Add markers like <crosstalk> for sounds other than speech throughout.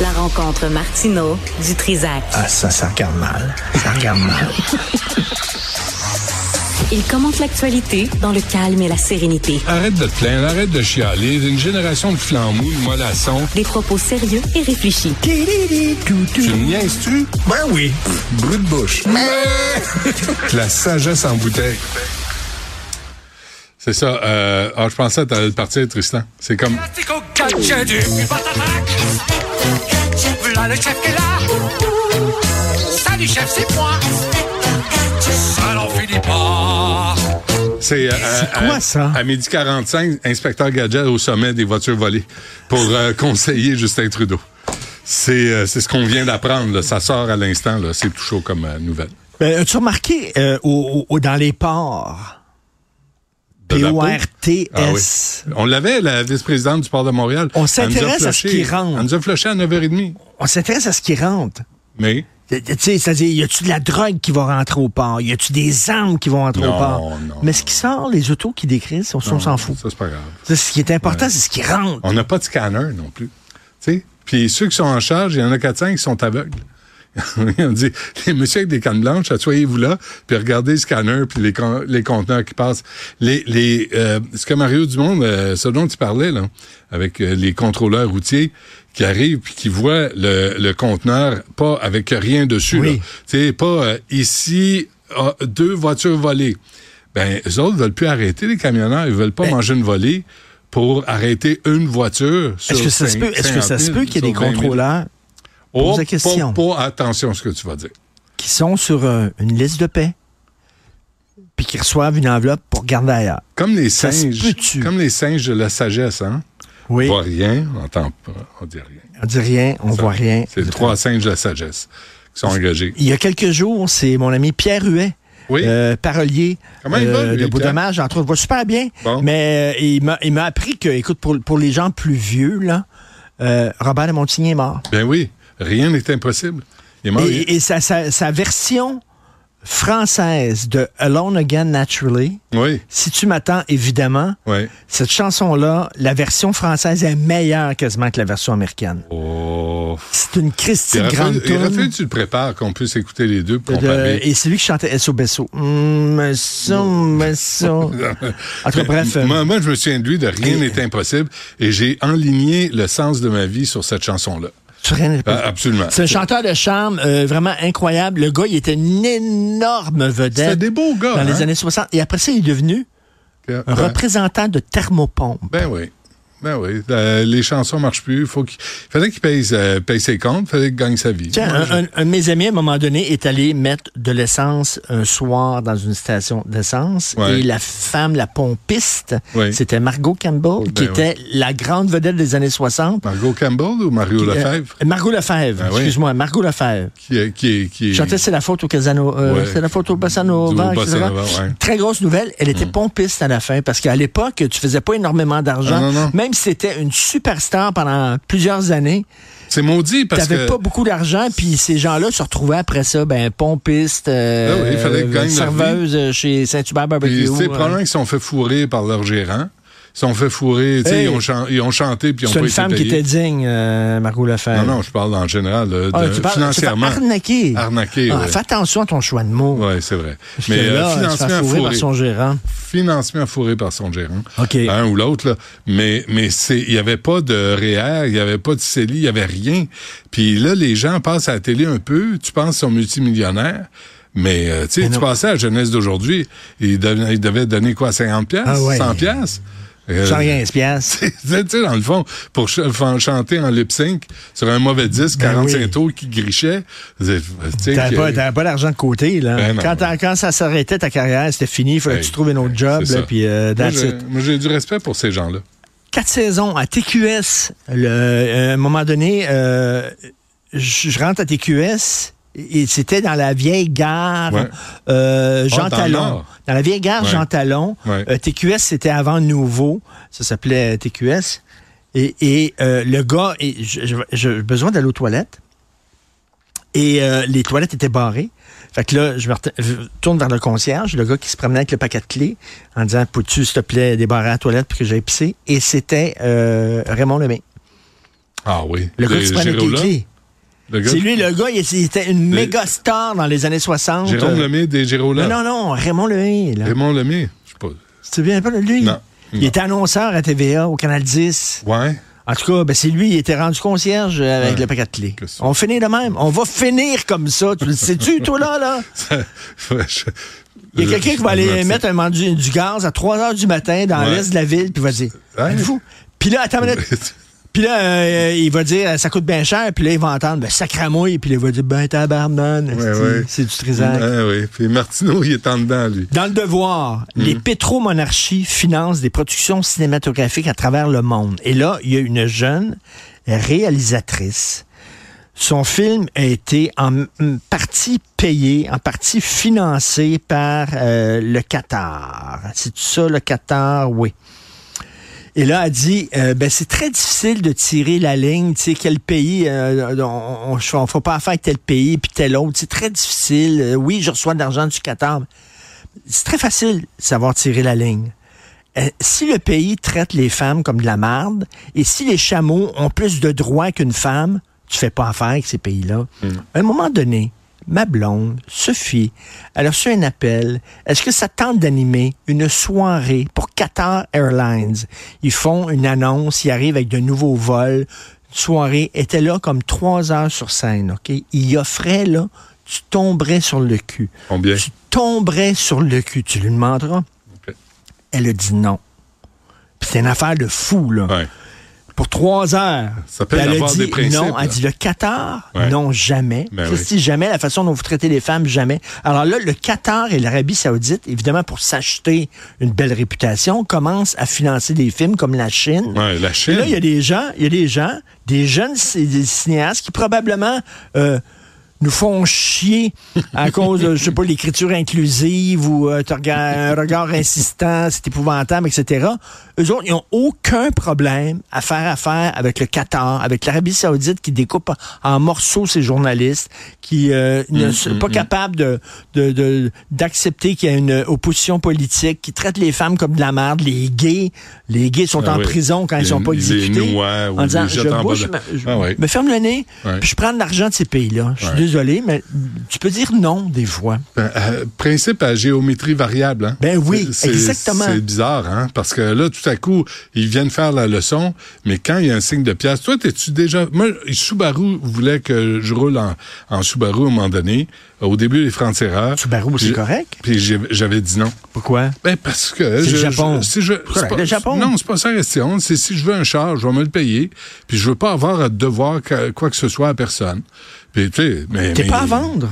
La rencontre Martino du Trizac. Ah, ça, ça regarde mal. Ça regarde mal. Il commente l'actualité dans le calme et la sérénité. Arrête de te plaindre, arrête de chialer. Une génération de flamboules, de mollassons. Des propos sérieux et réfléchis. Tu me niaises-tu? Ben oui. Brut de bouche. La sagesse en bouteille. C'est ça. Euh, ah, je pensais que t'allais le partir, Tristan. C'est comme... Plastico gadget du plus bas tabac. Voilà le chef qui est là. Salut chef, c'est moi. Ça n'en finit pas. C'est euh, à- quoi, à- ça? À midi 45, inspecteur Gadget au sommet des voitures volées pour euh, conseiller Justin Trudeau. C'est euh, c'est ce qu'on vient d'apprendre. là. Ça sort à l'instant. là. C'est tout chaud comme euh, nouvelle. Ben, As-tu remarqué euh, au- au- au- dans les ports? De la peau. P-O-R-T-S. Ah oui. On l'avait, la vice-présidente du Port de Montréal. On Elle nous a s'intéresse à ce flushé- qui rentre. Elle nous a flushé à 9h30. On s'intéresse à ce qui rentre. Mais... Tu sais, C'est-à-dire, y a-tu de la drogue qui va rentrer au port? Y a-tu des armes qui vont rentrer au Non, port? non, Mais ce qui sort, les autos qui décrivent, on on s'en fout. Ça, c'est pas grave. Ça, Ce qui est important, c'est ce qui rentre. On n'a pas de scanner non plus. Tu sais? Puis ceux qui sont en charge, il y en a 4-5 qui sont aveugles. <laughs> on dit, les messieurs avec des cannes blanches, asseyez-vous là, puis regardez le scanner, puis les, con- les conteneurs qui passent. Les, les, euh, ce que Mario Dumont, euh, ce dont il parlait, là, avec euh, les contrôleurs routiers qui arrivent, puis qui voient le, le conteneur pas avec rien dessus. Oui. là. Tu sais, pas euh, ici, ah, deux voitures volées. Ben, eux autres veulent plus arrêter les camionneurs, ils veulent pas Ben- manger une volée pour arrêter une voiture sur Est-ce que ça se cinq- peut, est-ce que ça 50 se 000, peut qu'il y ait des sur 20 000? contrôleurs Oh, Pose la question. Pas, pas attention à ce que tu vas dire. qui sont sur euh, une liste de paix, puis qui reçoivent une enveloppe pour garder ailleurs? Comme les Ça se singes. peut-tu? Comme les singes de la sagesse, hein? Oui. On voit rien, on entend pas, on dit rien. On dit rien, on voit rien. C'est les trois singes de la sagesse qui sont engagés. Il y a quelques jours, c'est mon ami Pierre Huet. Oui. euh, parolier euh, Comment il va, lui, de Pierre? Beaudommage, entre autres. Va super bien. Bon. Mais euh, il m'a- il m'a appris que, écoute, pour, pour les gens plus vieux, là, euh, Robert de Montigny est mort. Ben oui, rien n'est impossible. Il est mort hier. Et, et sa, sa- sa version française de Alone Again Naturally, Oui, si tu m'attends, évidemment, oui. cette chanson-là, la version française est meilleure quasiment que la version américaine. Oh. C'est une Il Christine aurait grande fallu- il aurait fallu tune. que tu le prépares, qu'on puisse écouter les deux pour Euh, de- comparer. et c'est lui qui chantait SO Besso. Mm, ça, mm, ça. Entre Mais bref. euh, Moi, moi, je me souviens de lui de Rien n'est impossible et j'ai enligné le sens de ma vie sur cette chanson-là. tu rien n'est pas- Ah, absolument. Euh, C'est un chanteur de charme euh, vraiment incroyable. Le gars, il était une énorme vedette. C'était des beaux gars, Dans hein? les années 60. Et après ça, il est devenu Que- un ben, représentant de thermopompe. ben oui. Ben oui. Euh, les chansons marchent plus. Faut qu'il fallait qu'il paye, euh, paye ses comptes, fallait qu'il gagne sa vie. Tiens, Moi, un, je- un- un de mes amis, à un moment donné, est allé mettre de l'essence un soir dans une station d'essence. Ouais. Et la femme, la pompiste, Oui. c'était Margot Campbell, qui Ben était la grande vedette des années 60. Margot Campbell ou Mario Lefebvre? Euh, Margot Lefebvre, Ah oui. excuse-moi, Margot Lefebvre. Qui, est- qui, est- qui est- Chantait C'est la faute au Casano, euh, Ouais. c'est la faute au Bassanova, Du etc. Bassanova, ouais. Mm. Très grosse nouvelle, elle était pompiste à la fin parce qu'à l'époque, tu faisais pas énormément d'argent, Ah, non, non. même si c'était une superstar pendant plusieurs années. C'est maudit parce T'avais que. pas beaucoup d'argent, puis ces gens-là se retrouvaient après ça, ben pompiste, euh, Ah oui, il fallait qu'ils gagnent leur vie. serveuse euh, chez Saint Hubert Puis, Barbecue. tu sais, euh, probablement qu'ils se sont fait fourrer par leur gérant. Ils se sont fait fourrer, tu sais, Hey! ils, ont chan- ils ont chanté puis ils ont C'est une pas été femme qui payés. était digne, euh, Margot Lefebvre. Non, non, je parle en général, là, Ah, de- tu parles- financièrement. tu fais arnaquer. Arnaquer, Ah, ouais. Fais attention à ton choix de mots. Oui, c'est vrai. Parce Mais que euh, là, tu te fais financement fourrer par fourré. son gérant. Financement fourré par son gérant. OK. Un ou l'autre, là. Mais, mais c'est, il n'y avait pas de REER, il n'y avait pas de CELI, il n'y avait rien. Puis là, les gens passent à la télé un peu, tu penses qu'ils sont multimillionnaires. Mais, euh, tu sais, tu non. passais à la jeunesse d'aujourd'hui, ils, devenaient- ils devaient donner quoi, 50 piastres, Ah ouais. 100 piastres? Euh, 115 piastres. <laughs> tu sais, tu sais, dans le fond, pour ch- fan- chanter en lip sync sur un mauvais disque, Ben 45 oui. tours qui grichait, tu sais, T'avais que- pas, t'avais pas d'argent de côté, là. Ben non. quand, t'as- quand ça s'arrêtait ta carrière, c'était fini, il fallait que Hey, tu trouves un autre hey, job, c'est là, ça. puis euh, Moi, that's j'ai- it. moi, j'ai du respect pour ces gens-là. Quatre saisons à TQS. Le, euh, à un moment donné, euh, je je rentre à TQS. Et c'était dans la vieille gare Ouais. euh, Ah, Jean dans le Talon. Nord. Dans la vieille gare Ouais. Jean Talon. Ouais. Euh, TQS, c'était avant Nouveau. Ça s'appelait euh, TQS. Et, et, euh, le gars, et je- je- j'ai besoin d'aller aux toilettes. Et euh, les toilettes étaient barrées. Fait que là, je me rete- je tourne vers le concierge, le gars qui se promenait avec le paquet de clés, en disant Peux-tu, s'il te plaît, débarrer la toilette pour que j'aille pisser Et c'était euh, Raymond Lemay. Ah oui. Le gars qui se prenait avec les Gérola, clés. le gars- C'est lui, le gars, il était une Le- méga star dans les années 60. Jérôme Euh, Lemay des Gérola. Non, non, non, Raymond Lemay. Là. Raymond Lemay. Je sais pas. Tu te souviens pas de lui? Non. Il Non. était annonceur à TVA, au Canal 10. Ouais. En tout cas, ben, c'est lui, il était rendu concierge avec Ouais. le paquet de clés. Qu'est-ce que On finit de même. On va finir comme ça. Tu le sais-tu, toi, là, là? Ça- je- Il y a quelqu'un qui va aller je- mettre un man- du, du gaz à 3 heures du matin dans Ouais. l'est de la ville, puis il va dire Ouais. Êtes-vous fou. Puis là, attends une minute. <laughs> Puis là, euh, il va dire Ça coûte bien cher, puis là, il va entendre Ben, sacramouille, puis là, il va dire Ben, tabarnan, Ouais, esti, ouais. c'est du trisac. Ouais, ouais. Puis Martineau, il est en dedans, lui. Dans le devoir, les pétromonarchies financent des productions cinématographiques à travers le monde. Et là, il y a une jeune réalisatrice. Son film a été en m- partie payé, en partie financé par euh, le Qatar. C'est ça, le Qatar? Oui. Et là, elle dit, euh, ben, c'est très difficile de tirer la ligne, tu sais, quel pays, euh, on ne fait pas affaire avec tel pays, puis tel autre, c'est très difficile. Euh, oui, je reçois de l'argent du Qatar. C'est très facile de savoir tirer la ligne. Euh, si le pays traite les femmes comme de la marde, et si les chameaux ont plus de droits qu'une femme, tu fais pas affaire avec ces pays-là. À un moment donné, ma blonde, Sophie, elle a reçu un appel. Est-ce que ça tente d'animer une soirée pour Qatar Airlines? Ils font une annonce, ils arrivent avec de nouveaux vols. Une soirée était là comme trois heures sur scène, OK? Ils offraient, là, tu tomberais sur le cul. Combien? Tu tomberais sur le cul. Tu lui demanderas. Ok. Elle a dit non. Puis c'est une affaire de fou, là. Ouais. Pour trois heures. Ça peut Puis elle a avoir dit des principes, non. Elle là. dit le Qatar, Ouais. non, jamais. Ben Qu'est-ce que jamais, la façon dont vous traitez les femmes, jamais. Alors là, le Qatar et l'Arabie Saoudite, évidemment, pour s'acheter une belle réputation, commencent à financer des films comme la Chine. Ouais, la Et Chine. là, il y a des gens, il y a des gens, des jeunes ci- des cinéastes qui probablement euh, nous font chier à cause de, je sais pas, l'écriture inclusive ou euh, t'as rega- un regard insistant, c'est épouvantable, etc. Eux autres, ils n'ont aucun problème à faire affaire avec le Qatar, avec l'Arabie Saoudite qui découpe en morceaux ses journalistes, qui euh, ne sont pas capables de, de- de- d'accepter qu'il y a une opposition politique, qui traite les femmes comme de la merde, les gays. Les gays sont Ah en oui. prison quand ils Les- sont pas les exécutés. noix ou en disant, les je jettent en bas bouge, de- ma- je Ah ouais. me ferme le nez, Ouais. puis je prends de l'argent de ces pays-là. Je suis Ouais. désolé, mais tu peux dire non des fois. Ben, euh, principe à géométrie variable. Hein? Ben oui, C'est- exactement. C'est bizarre, hein? parce que là, tout à coup, ils viennent faire la leçon, mais quand il y a un signe de pièce, toi, t'es-tu déjà... Moi, Subaru voulait que je roule en, en Subaru à un moment donné. Au début, les francs-tireurs... Subaru, c'est Puis- correct. Puis j'ai- j'avais dit non. Pourquoi? Ben parce que C'est je- le Japon. je- si je- Correct. c'est pas- Le Japon. Non, c'est pas ça la question. C'est si je veux un char, je vais me le payer. Puis je veux pas avoir à devoir que- quoi que ce soit à personne. Puis tu sais, mais T'es mais- pas à vendre.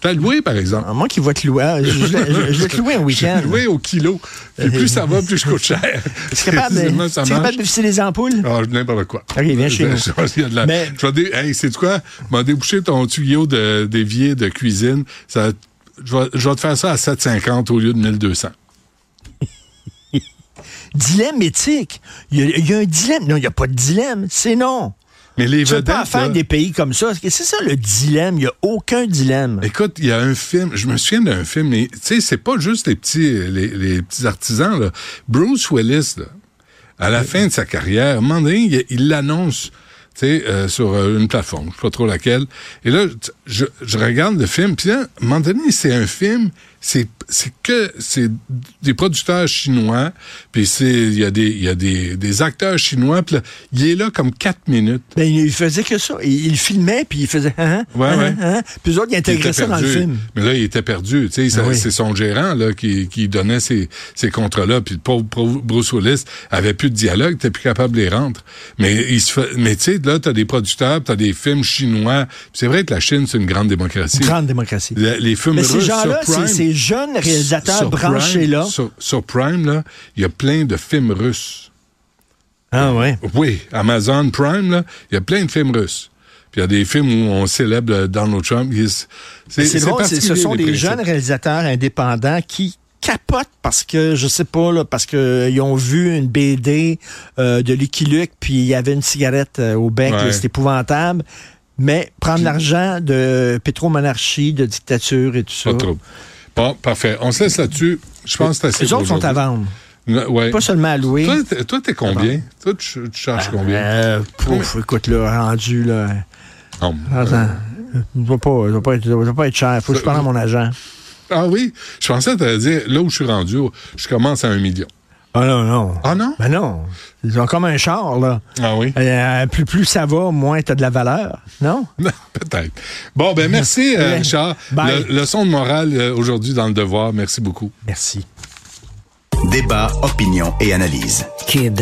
T'as loué par exemple. À moi qui vais te louer. ah, Je, je- je- je vais te louer <laughs> un week-end. J'ai loué au kilo. Puis plus ça va, plus je coûte cher. <laughs> Tu es capable de, tu Finalement, es ça capable marche. de visser les ampoules? Ah, je n'importe quoi. Ok, viens chez nous. Je pense qu'il y a de la- Mais- Je vais dé- Hey, c'est quoi? M'en déboucher ton tuyau de- d'évier de cuisine. Ça... Je, vais, je vais te faire ça à 7,50 au lieu de 1200. Dilemme éthique. Il y, a- il y a un dilemme. Non, il n'y a pas de dilemme. C'est non. Mais les Tu ne vedettes... pas faire là- des pays comme ça. C'est ça le dilemme. Il n'y a aucun dilemme. Écoute, il y a un film, je me souviens d'un film, mais tu sais, c'est pas juste les petits, les, les petits artisans, là. Bruce Willis, là, à la fin de sa carrière, à un moment donné, il- il l'annonce, tu sais, euh, sur euh, une plateforme, je sais pas trop laquelle. Et là, tu- je, je regarde le film, puis là, à un moment donné, c'est un film, c'est c'est que c'est des producteurs chinois, puis c'est il y a des il y a des, des acteurs chinois, puis là, il est là comme quatre minutes. Ben, il faisait que ça. Il, il filmait, puis il faisait. hein, hein, Ouais, hein, ouais. hein. Puis eux autres, ils Il était intégraient ça dans le perdu. film. Mais là, il était perdu. Tu sais, ça- Ah oui. C'est son gérant là, qui, qui donnait ces, ces contrats-là. Puis le pauvre Bru- Bruce Willis avait plus de dialogue, n'était plus capable de les rendre. Mais, il se fait- mais tu sais, là, tu as des producteurs, tu as des films chinois. Puis C'est vrai que la Chine, c'est une grande démocratie. Grande démocratie. Le- les films Mais ces russes gens-là, sur Prime, ces- ces jeunes réalisateurs sur Prime, branchés-là. Sur, sur Prime, là, il y a plein de films russes. Ah ouais. Oui, Amazon Prime, là, il y a plein de films russes. Puis il y a des films où on célèbre euh, Donald Trump. Il- Mais C'est drôle, c'est- ce particulier, sont les des principes. jeunes réalisateurs indépendants qui capotent parce que, je sais pas, là, parce que euh, ils ont vu une BD euh, de Lucky Luke, puis il y avait une cigarette euh, au bec, Ouais. là, c'est épouvantable. Mais prendre l'argent de pétromonarchie, de dictature et tout ça. Pas de trouble. Bon, parfait. On se laisse là-dessus. Je pense que c'est assez Les autres pour sont à aujourd'hui. vendre. Ouais. Pas Ah seulement à louer. Toi, t'es- Toi, t'es combien? Toi, tu, tu charges combien? Euh, pouf, écoute, là, rendu, là. Ah, euh, Oh, Attends. Il ne doit, pas- il doit pas être- il doit pas être cher. Faut que je parle à mon agent. Ah oui? Je pensais te dire, là où je suis rendu, je commence à un million. Ah non, non. Ah non? Ben non. Ils ont comme un char, là. Ah oui? Euh, plus, plus ça va, moins t'as de la valeur. Non? <laughs> Peut-être. Bon, ben merci, euh, Ouais. Richard. Bye. Le- leçon de morale euh, aujourd'hui dans le devoir. Merci beaucoup. Merci. Débat, opinion et analyse. Cube.